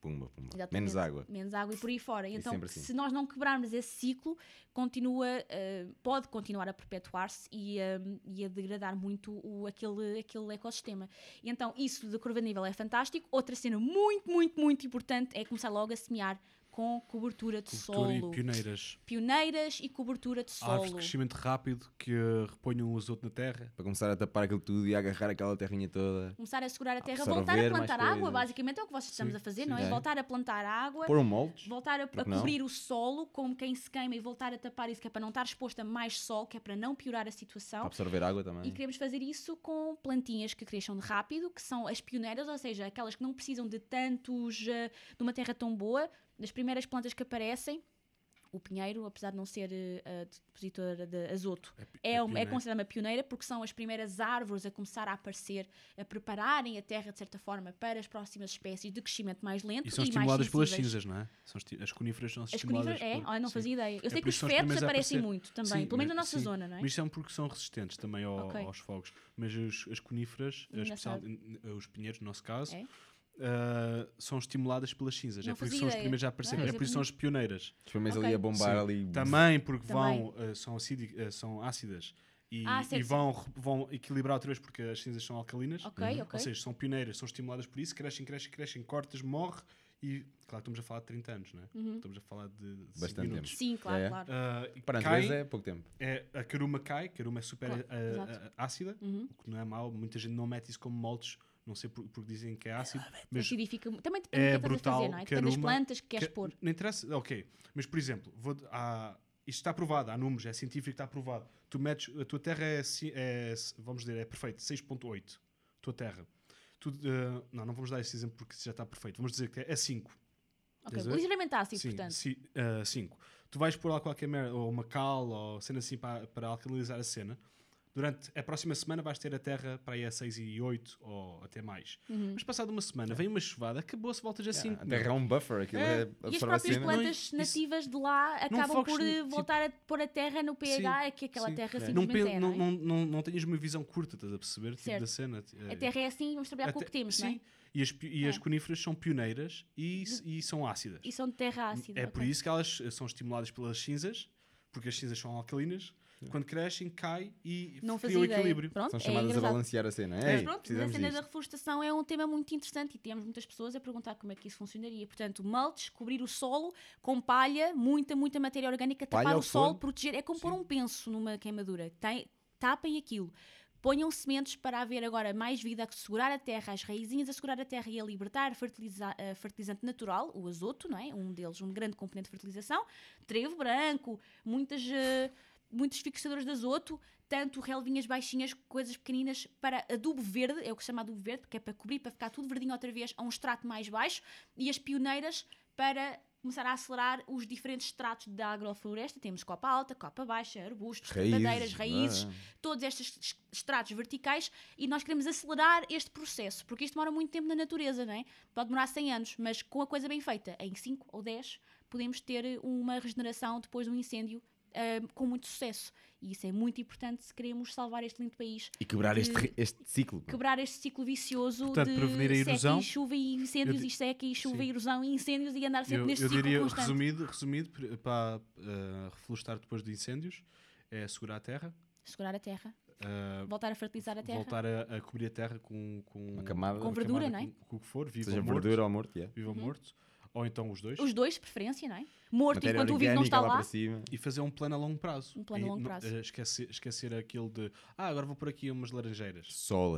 [SPEAKER 4] Pumba, pumba.
[SPEAKER 3] Exatamente.
[SPEAKER 4] Menos água.
[SPEAKER 3] Menos água e por aí fora. E
[SPEAKER 4] É
[SPEAKER 3] então,
[SPEAKER 4] sempre assim.
[SPEAKER 3] se nós não quebrarmos esse ciclo, continua, eh, pode continuar a perpetuar-se e, eh, e a degradar muito o, aquele, aquele ecossistema. E então, isso da curva de nível é fantástico. Outra cena muito, muito, muito importante é começar logo a semear com com cobertura de
[SPEAKER 5] Cobertura
[SPEAKER 3] solo.
[SPEAKER 5] e pioneiras.
[SPEAKER 3] Pioneiras e cobertura de solo.
[SPEAKER 5] Árvores de crescimento rápido que eh, reponham o azoto na terra.
[SPEAKER 6] Para começar a tapar aquilo tudo e a agarrar aquela terrinha toda.
[SPEAKER 3] Começar a segurar a terra,
[SPEAKER 6] absorver
[SPEAKER 3] voltar a
[SPEAKER 6] mais
[SPEAKER 3] plantar água,
[SPEAKER 6] coisas.
[SPEAKER 3] basicamente é o que vocês estamos a fazer, não é? Voltar a plantar água,
[SPEAKER 6] Pôr um moldes.
[SPEAKER 3] voltar a, a
[SPEAKER 6] não?
[SPEAKER 3] cobrir o solo como quem se queima e voltar a tapar isso, que é para não estar exposto a mais sol, que é para não piorar a situação.
[SPEAKER 6] Para
[SPEAKER 5] Tá
[SPEAKER 6] absorver água
[SPEAKER 3] E
[SPEAKER 6] também.
[SPEAKER 3] queremos fazer isso com plantinhas que cresçam de rápido, que são as pioneiras, ou seja, aquelas que não precisam de tantos. eh, de uma terra tão boa. Das primeiras plantas que aparecem, o pinheiro, apesar de não ser eh, a depositora de azoto, é, uma- é
[SPEAKER 5] pioneira.
[SPEAKER 3] considerada uma pioneira porque são as primeiras árvores a começar a aparecer, a prepararem a terra, de certa forma, para as próximas espécies de crescimento mais lento
[SPEAKER 5] E são
[SPEAKER 3] mais
[SPEAKER 5] estimuladas pelas
[SPEAKER 3] sensíveis.
[SPEAKER 5] cinzas, não é? São esti- as coníferas são
[SPEAKER 3] As
[SPEAKER 5] estimuladas.
[SPEAKER 3] coníferas, é?
[SPEAKER 5] por-
[SPEAKER 3] Olha, não
[SPEAKER 5] sim.
[SPEAKER 3] fazia ideia. Eu
[SPEAKER 5] É
[SPEAKER 3] sei
[SPEAKER 5] por
[SPEAKER 3] que os
[SPEAKER 5] isso são as
[SPEAKER 3] fetos
[SPEAKER 5] primeiras a
[SPEAKER 3] aparecem
[SPEAKER 5] aparecer.
[SPEAKER 3] muito também,
[SPEAKER 5] Sim,
[SPEAKER 3] pelo menos na
[SPEAKER 5] mas-
[SPEAKER 3] nossa
[SPEAKER 5] sim.
[SPEAKER 3] zona, não é?
[SPEAKER 5] Mas são porque são resistentes também ao-
[SPEAKER 3] Ok.
[SPEAKER 5] aos fogos. Mas os- as coníferas,
[SPEAKER 3] Ainda
[SPEAKER 5] especial-
[SPEAKER 3] sabe.
[SPEAKER 5] n- n- os pinheiros, no nosso caso,
[SPEAKER 3] É.
[SPEAKER 5] ah, são estimuladas pelas cinzas.
[SPEAKER 3] Não
[SPEAKER 5] é por isso que
[SPEAKER 3] fazia
[SPEAKER 5] são as
[SPEAKER 3] ideia.
[SPEAKER 5] primeiras a aparecer.
[SPEAKER 3] Não,
[SPEAKER 5] é
[SPEAKER 3] isso é
[SPEAKER 5] por isso que são as pioneiras.
[SPEAKER 6] Os primeiros
[SPEAKER 3] Ok.
[SPEAKER 6] ali a
[SPEAKER 4] Um
[SPEAKER 6] bombar
[SPEAKER 5] Sim.
[SPEAKER 6] ali.
[SPEAKER 5] Também porque
[SPEAKER 3] Também.
[SPEAKER 5] vão, ah, são, acidi- ah, são ácidas e,
[SPEAKER 3] Ah,
[SPEAKER 5] e
[SPEAKER 3] certo,
[SPEAKER 5] vão, re- vão equilibrar outra vez porque as cinzas são alcalinas.
[SPEAKER 3] Ok, ok.
[SPEAKER 5] Ou seja, são pioneiras, são estimuladas por isso, crescem, crescem, crescem, cortas, morre e. Claro, estamos a falar de 30 anos, não é?
[SPEAKER 3] Uhum.
[SPEAKER 5] Estamos a falar de. de cinco
[SPEAKER 6] Bastante
[SPEAKER 5] minutos.
[SPEAKER 3] Sim, claro,
[SPEAKER 6] É.
[SPEAKER 3] claro.
[SPEAKER 5] Ah, e
[SPEAKER 6] Para a
[SPEAKER 5] cai-
[SPEAKER 6] natureza é pouco tempo.
[SPEAKER 5] é, a caruma cai, caruma é super
[SPEAKER 3] Claro,
[SPEAKER 5] ah, ah,
[SPEAKER 3] exato. Uhum.
[SPEAKER 5] ah, ácida, o que não é mau. Muita gente não mete isso como moldes, não sei por- porque dizem que é ácido, mas
[SPEAKER 3] Acidifica muito. Também depende
[SPEAKER 5] é
[SPEAKER 3] do que é que estás
[SPEAKER 5] brutal.
[SPEAKER 3] a fazer, não é? Depende
[SPEAKER 5] caruma,
[SPEAKER 3] das plantas que queres
[SPEAKER 5] ca-
[SPEAKER 3] pôr.
[SPEAKER 5] Não interessa, ok. Mas por exemplo, vou, há, isto está provado, há números, é científico, está provado. Tu metes, a tua terra é, ci- é vamos dizer, é perfeito, 6,8. Tua terra. Tu, ah, não, não vamos dar esse exemplo porque já está perfeito. Vamos dizer que é 5.
[SPEAKER 3] Ok,
[SPEAKER 5] Tens oito?
[SPEAKER 3] ligeiramente ácido,
[SPEAKER 5] Sim,
[SPEAKER 3] portanto.
[SPEAKER 5] ci- ah, cinco. Tu vais pôr lá qualquer merda, ou uma cal, ou cena assim para, para alcalinizar a cena. Durante a próxima semana vais ter a terra para aí a 6 e 8 ou até mais.
[SPEAKER 3] Uhum.
[SPEAKER 5] Mas passado uma
[SPEAKER 3] Tá.
[SPEAKER 5] semana, vem uma chuvada, acabou-se, voltas a 5.
[SPEAKER 6] A terra é um buffer, aquilo é,
[SPEAKER 5] É.
[SPEAKER 3] E as
[SPEAKER 6] absorve a
[SPEAKER 3] próprias
[SPEAKER 6] cena.
[SPEAKER 3] plantas
[SPEAKER 5] Não, isso-
[SPEAKER 3] nativas de lá acabam
[SPEAKER 5] foques
[SPEAKER 3] por
[SPEAKER 5] no-
[SPEAKER 3] eh,
[SPEAKER 5] tipo-
[SPEAKER 3] voltar a pôr a terra no pH, é que aquela terra
[SPEAKER 5] não,
[SPEAKER 3] simplesmente
[SPEAKER 5] pen-
[SPEAKER 3] é,
[SPEAKER 5] não,
[SPEAKER 3] não é?
[SPEAKER 5] não, não, não tens uma visão curta, estás a perceber? Tipo
[SPEAKER 3] Certo.
[SPEAKER 5] da cena.
[SPEAKER 3] A terra é assim, vamos trabalhar com o que temos,
[SPEAKER 5] sim.
[SPEAKER 3] não é?
[SPEAKER 5] E as, pi- e as
[SPEAKER 3] É.
[SPEAKER 5] coníferas são pioneiras e, e são ácidas.
[SPEAKER 3] E são de terra ácida.
[SPEAKER 5] É
[SPEAKER 3] ok.
[SPEAKER 5] por isso que elas eh, são estimuladas pelas cinzas, porque as cinzas são alcalinas. Quando crescem, cai e
[SPEAKER 3] Não
[SPEAKER 5] cria
[SPEAKER 3] fazia
[SPEAKER 5] o
[SPEAKER 3] ideia.
[SPEAKER 5] equilíbrio.
[SPEAKER 3] Pronto,
[SPEAKER 6] São
[SPEAKER 3] é
[SPEAKER 6] chamadas a
[SPEAKER 3] engraçado.
[SPEAKER 6] balancear a cena.
[SPEAKER 3] Mas
[SPEAKER 6] Ei,
[SPEAKER 3] pronto, mas a
[SPEAKER 6] É, precisamos
[SPEAKER 3] cena da
[SPEAKER 6] disto.
[SPEAKER 3] reflorestação é um tema muito interessante e temos muitas pessoas a perguntar como é que isso funcionaria. Portanto, mulch, cobrir o solo com palha, muita, muita matéria orgânica,
[SPEAKER 6] Palha
[SPEAKER 3] tapar
[SPEAKER 6] ao
[SPEAKER 3] o solo,
[SPEAKER 6] forno.
[SPEAKER 3] proteger. É como pôr um penso numa queimadura. Tem- tapem aquilo. Ponham sementes para haver agora mais vida, a segurar a terra, as raizinhas a segurar a terra e a libertar fertiliza- eh, fertilizante natural, o azoto, não é? Um deles, um grande componente de fertilização. Trevo branco, muitas, eh, muitos fixadores de azoto, tanto relvinhas baixinhas, coisas pequeninas para adubo verde, é o que se chama adubo verde, que é para cobrir, para ficar tudo verdinho outra vez a um extrato mais baixo, e as pioneiras para começar a acelerar os diferentes estratos da agrofloresta. Temos copa alta, copa baixa, arbustos,
[SPEAKER 6] Raízes,
[SPEAKER 3] madeiras, raízes,
[SPEAKER 6] não é?
[SPEAKER 3] todos estes es- estratos verticais e nós queremos acelerar este processo, porque isto demora muito tempo na natureza, não é? Pode demorar 100 anos, mas com a coisa bem feita, em 5 ou 10, podemos ter eh, uma regeneração depois de um incêndio ah, com muito sucesso. E isso é muito importante se queremos salvar este lindo país,
[SPEAKER 6] E quebrar este, re- este ciclo. pá.
[SPEAKER 3] quebrar este ciclo vicioso
[SPEAKER 5] Portanto,
[SPEAKER 3] de
[SPEAKER 5] prevenir a erosão.
[SPEAKER 3] seca e chuva e incêndios
[SPEAKER 5] Eu di-
[SPEAKER 3] e seca e chuva
[SPEAKER 5] Sim.
[SPEAKER 3] e erosão e incêndios e andar sempre
[SPEAKER 5] Eu,
[SPEAKER 3] neste
[SPEAKER 5] eu
[SPEAKER 3] ciclo
[SPEAKER 5] diria,
[SPEAKER 3] constante.
[SPEAKER 5] resumido, resumido pre- para eh, reflorestar depois de incêndios, é segurar a terra,
[SPEAKER 3] Segurar a terra,
[SPEAKER 5] eh,
[SPEAKER 3] voltar a fertilizar a terra.
[SPEAKER 5] voltar a, a cobrir a terra com, com
[SPEAKER 6] Uma camada.
[SPEAKER 3] Com verdura, não é? Uhum.
[SPEAKER 5] com- com o que for, vivo
[SPEAKER 6] Seja
[SPEAKER 5] ou morto,
[SPEAKER 6] verdura ou morto, yeah.
[SPEAKER 5] vivo ou morto, ou então os dois,
[SPEAKER 3] Os dois, de preferência, não é? Morto
[SPEAKER 6] Matéria
[SPEAKER 3] enquanto o vivo não está
[SPEAKER 6] orgânica lá
[SPEAKER 3] lá.
[SPEAKER 6] para cima.
[SPEAKER 5] e fazer um plano a longo prazo.
[SPEAKER 3] Um plano a
[SPEAKER 5] E
[SPEAKER 3] longo
[SPEAKER 5] não-
[SPEAKER 3] prazo.
[SPEAKER 5] eh, esquecer, esquecer aquilo de, ah, agora vou pôr aqui umas laranjeiras.
[SPEAKER 6] Sol,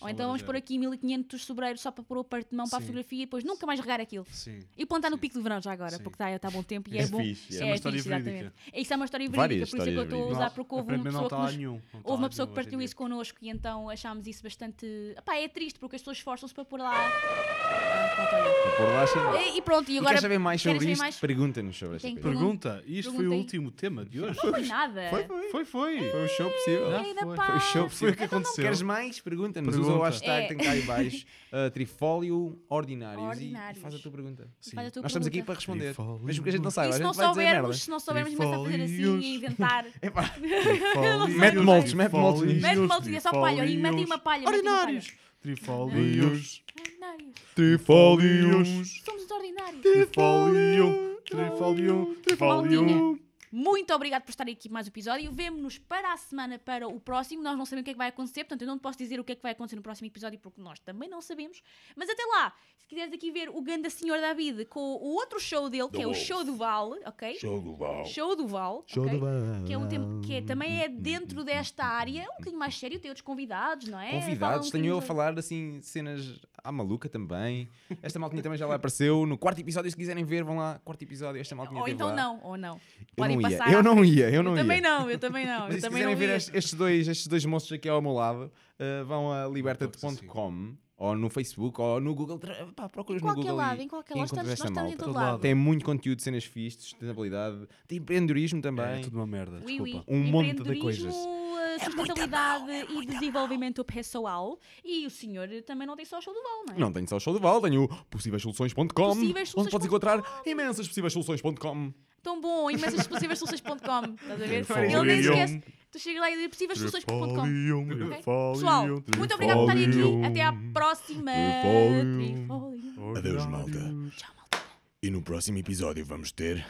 [SPEAKER 3] Ou então vamos pôr aqui 1500 sobreiros só para pôr o parte de mão para a
[SPEAKER 5] Sim.
[SPEAKER 3] fotografia e depois nunca mais regar aquilo.
[SPEAKER 5] Sim.
[SPEAKER 3] E plantar no pico do verão já agora,
[SPEAKER 5] Sim.
[SPEAKER 3] porque está tá bom tempo e é,
[SPEAKER 6] É
[SPEAKER 3] bom.
[SPEAKER 6] fixe,
[SPEAKER 5] é. Isso é uma história
[SPEAKER 3] exatamente. Isso é uma história
[SPEAKER 6] Várias
[SPEAKER 3] verídica, por isso é que eu
[SPEAKER 6] histórias
[SPEAKER 3] estou a usar,
[SPEAKER 5] Nossa,
[SPEAKER 3] porque houve uma
[SPEAKER 5] aparentemente
[SPEAKER 3] pessoa
[SPEAKER 5] não
[SPEAKER 3] que,
[SPEAKER 5] está lá
[SPEAKER 3] nos-
[SPEAKER 5] nenhum, não está
[SPEAKER 3] houve uma
[SPEAKER 5] lá
[SPEAKER 3] pessoa
[SPEAKER 5] nenhum
[SPEAKER 3] que
[SPEAKER 5] hoje em
[SPEAKER 3] partiu
[SPEAKER 5] dia.
[SPEAKER 3] isso connosco e então achámos isso bastante. Epá, é triste porque as pessoas esforçam-se para pôr lá. Ah, pronto, olha.
[SPEAKER 6] Por lá chega.
[SPEAKER 3] E, e pronto, e
[SPEAKER 6] E
[SPEAKER 3] agora.
[SPEAKER 6] queres saber mais
[SPEAKER 3] querem
[SPEAKER 6] sobre
[SPEAKER 3] saber
[SPEAKER 6] isto?
[SPEAKER 3] mais?
[SPEAKER 6] Pergunta-nos sobre esta
[SPEAKER 3] Tem
[SPEAKER 6] coisa.
[SPEAKER 5] Pergunta, e isto foi o
[SPEAKER 3] Perguntem.
[SPEAKER 5] último tema de hoje?
[SPEAKER 3] Não foi nada.
[SPEAKER 6] Foi, foi.
[SPEAKER 5] Foi, foi.
[SPEAKER 6] Foi o show possível.
[SPEAKER 5] Ah,
[SPEAKER 3] Ai, da
[SPEAKER 5] foi.
[SPEAKER 3] pá.
[SPEAKER 6] Foi o show possível.
[SPEAKER 5] o que aconteceu.
[SPEAKER 6] Queres mais? Pergunta-nos. Usa o
[SPEAKER 5] Pergunta.
[SPEAKER 6] hashtag,
[SPEAKER 3] É.
[SPEAKER 6] tem cá aí baixo. Uh, trifólio ordinários. e-
[SPEAKER 3] Ordinários.
[SPEAKER 6] E faz a tua pergunta.
[SPEAKER 3] Faz a tua
[SPEAKER 6] Nós estamos aqui
[SPEAKER 3] pergunta.
[SPEAKER 6] para responder.
[SPEAKER 5] Trifólio.
[SPEAKER 6] Mesmo que a gente não saiba,
[SPEAKER 3] E
[SPEAKER 6] a
[SPEAKER 3] se não
[SPEAKER 6] gente vai dizer merda.
[SPEAKER 3] soubermos, se não soubermos, começa a fazer assim
[SPEAKER 5] Trifólios.
[SPEAKER 3] e a inventar.
[SPEAKER 6] Epá,
[SPEAKER 5] Trifólios.
[SPEAKER 6] Mete moldes, mete moldes.
[SPEAKER 5] Trifólios.
[SPEAKER 3] Mete uma altinha, só palha, e metem uma palha. metem uma palha.
[SPEAKER 5] Ordinários. Trifólios.
[SPEAKER 3] Ordinários.
[SPEAKER 5] Trifólios.
[SPEAKER 3] Somos os ordinários.
[SPEAKER 5] Trifólio. Trifólio. Trifólio.
[SPEAKER 3] Maldinha. Muito obrigado por estarem aqui mais um episódio. Vemo-nos para a semana para o próximo. Nós não sabemos o que é que vai acontecer, portanto, eu não te posso dizer o que é que vai acontecer no próximo episódio porque nós também não sabemos. Mas até lá, se quiseres aqui ver o Ganda Senhor David com o outro show dele, que
[SPEAKER 2] The
[SPEAKER 3] é o
[SPEAKER 2] Wolf.
[SPEAKER 3] Show do Val, ok?
[SPEAKER 2] Show do Val.
[SPEAKER 3] Show do Val,
[SPEAKER 6] Show
[SPEAKER 3] ok?
[SPEAKER 6] do Val.
[SPEAKER 3] que, é um tema, que é- também é dentro desta área, um bocadinho mais sério, tem outros convidados, não é? Fala
[SPEAKER 4] Convidados,
[SPEAKER 3] um
[SPEAKER 4] tenho eu a
[SPEAKER 3] bocadinho-
[SPEAKER 4] falar assim cenas à maluca também. Esta maltinha também já lá apareceu no quarto episódio. Se quiserem ver, vão lá. Quarto episódio, esta maltinha
[SPEAKER 3] Ou
[SPEAKER 4] teve
[SPEAKER 3] então
[SPEAKER 4] lá.
[SPEAKER 3] não, ou não.
[SPEAKER 4] Eu
[SPEAKER 3] Podem
[SPEAKER 4] não
[SPEAKER 3] passar
[SPEAKER 4] ia, eu
[SPEAKER 3] à
[SPEAKER 4] não
[SPEAKER 3] frente.
[SPEAKER 4] ia, eu não
[SPEAKER 3] Eu
[SPEAKER 4] ia.
[SPEAKER 3] também não, eu também não.
[SPEAKER 4] Mas
[SPEAKER 3] eu
[SPEAKER 4] e se
[SPEAKER 3] também não
[SPEAKER 4] quiserem ver
[SPEAKER 3] ia.
[SPEAKER 4] est- estes dois, estes dois monstros aqui ao meu lado, eh, vão a liberta.com ou no Facebook ou no Google. Tra- Pá, procuras
[SPEAKER 3] Em
[SPEAKER 4] no
[SPEAKER 3] qualquer
[SPEAKER 4] Google.
[SPEAKER 3] lado,
[SPEAKER 4] e-
[SPEAKER 3] em qualquer
[SPEAKER 4] e
[SPEAKER 3] lado, estamos-
[SPEAKER 4] encontras
[SPEAKER 3] nós
[SPEAKER 4] esta
[SPEAKER 3] estamos em
[SPEAKER 4] malta.
[SPEAKER 3] todo lado.
[SPEAKER 4] Tem muito conteúdo de cenas fixas, de sustentabilidade, de empreendedorismo também.
[SPEAKER 5] É tudo uma merda.
[SPEAKER 3] Oui, oui.
[SPEAKER 5] Desculpa.
[SPEAKER 4] Um monte de
[SPEAKER 3] Empreendedorismo,
[SPEAKER 4] coisas. É
[SPEAKER 3] eh, Sustentabilidade e desenvolvimento pessoal. E o senhor também não tem só o show do Val, não é?
[SPEAKER 4] Não tenho só o show de Val, tenho o possíveissoluções.com, onde podes
[SPEAKER 3] Possíveissoluções.com.
[SPEAKER 4] encontrar imensas possíveis soluções.com.
[SPEAKER 3] Tão bom, imensas possíveis soluções.com. Estás a ver?
[SPEAKER 2] Trifolium.
[SPEAKER 3] Ele nem esquece. Tu chega lá e diz possíveis soluções.com. ok? Pessoal, muito obrigado por estarem aqui. Até à próxima. Trifolium.
[SPEAKER 2] Adeus, malta. E no próximo episódio vamos ter.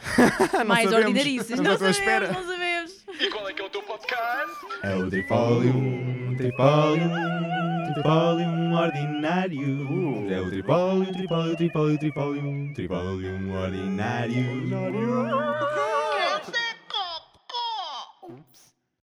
[SPEAKER 3] Mais
[SPEAKER 4] Tá, sabemos.
[SPEAKER 3] ordinarices.
[SPEAKER 4] Estamos à
[SPEAKER 3] Não
[SPEAKER 4] tua
[SPEAKER 3] sabemos, não sabemos.
[SPEAKER 1] E qual é que é o teu podcast?
[SPEAKER 6] É o Tripólium, Tripólium, Tripólium um ordinário. É o um Tripólio, Tripólio, Tripólio, Tripólium, Tripólium ordinário.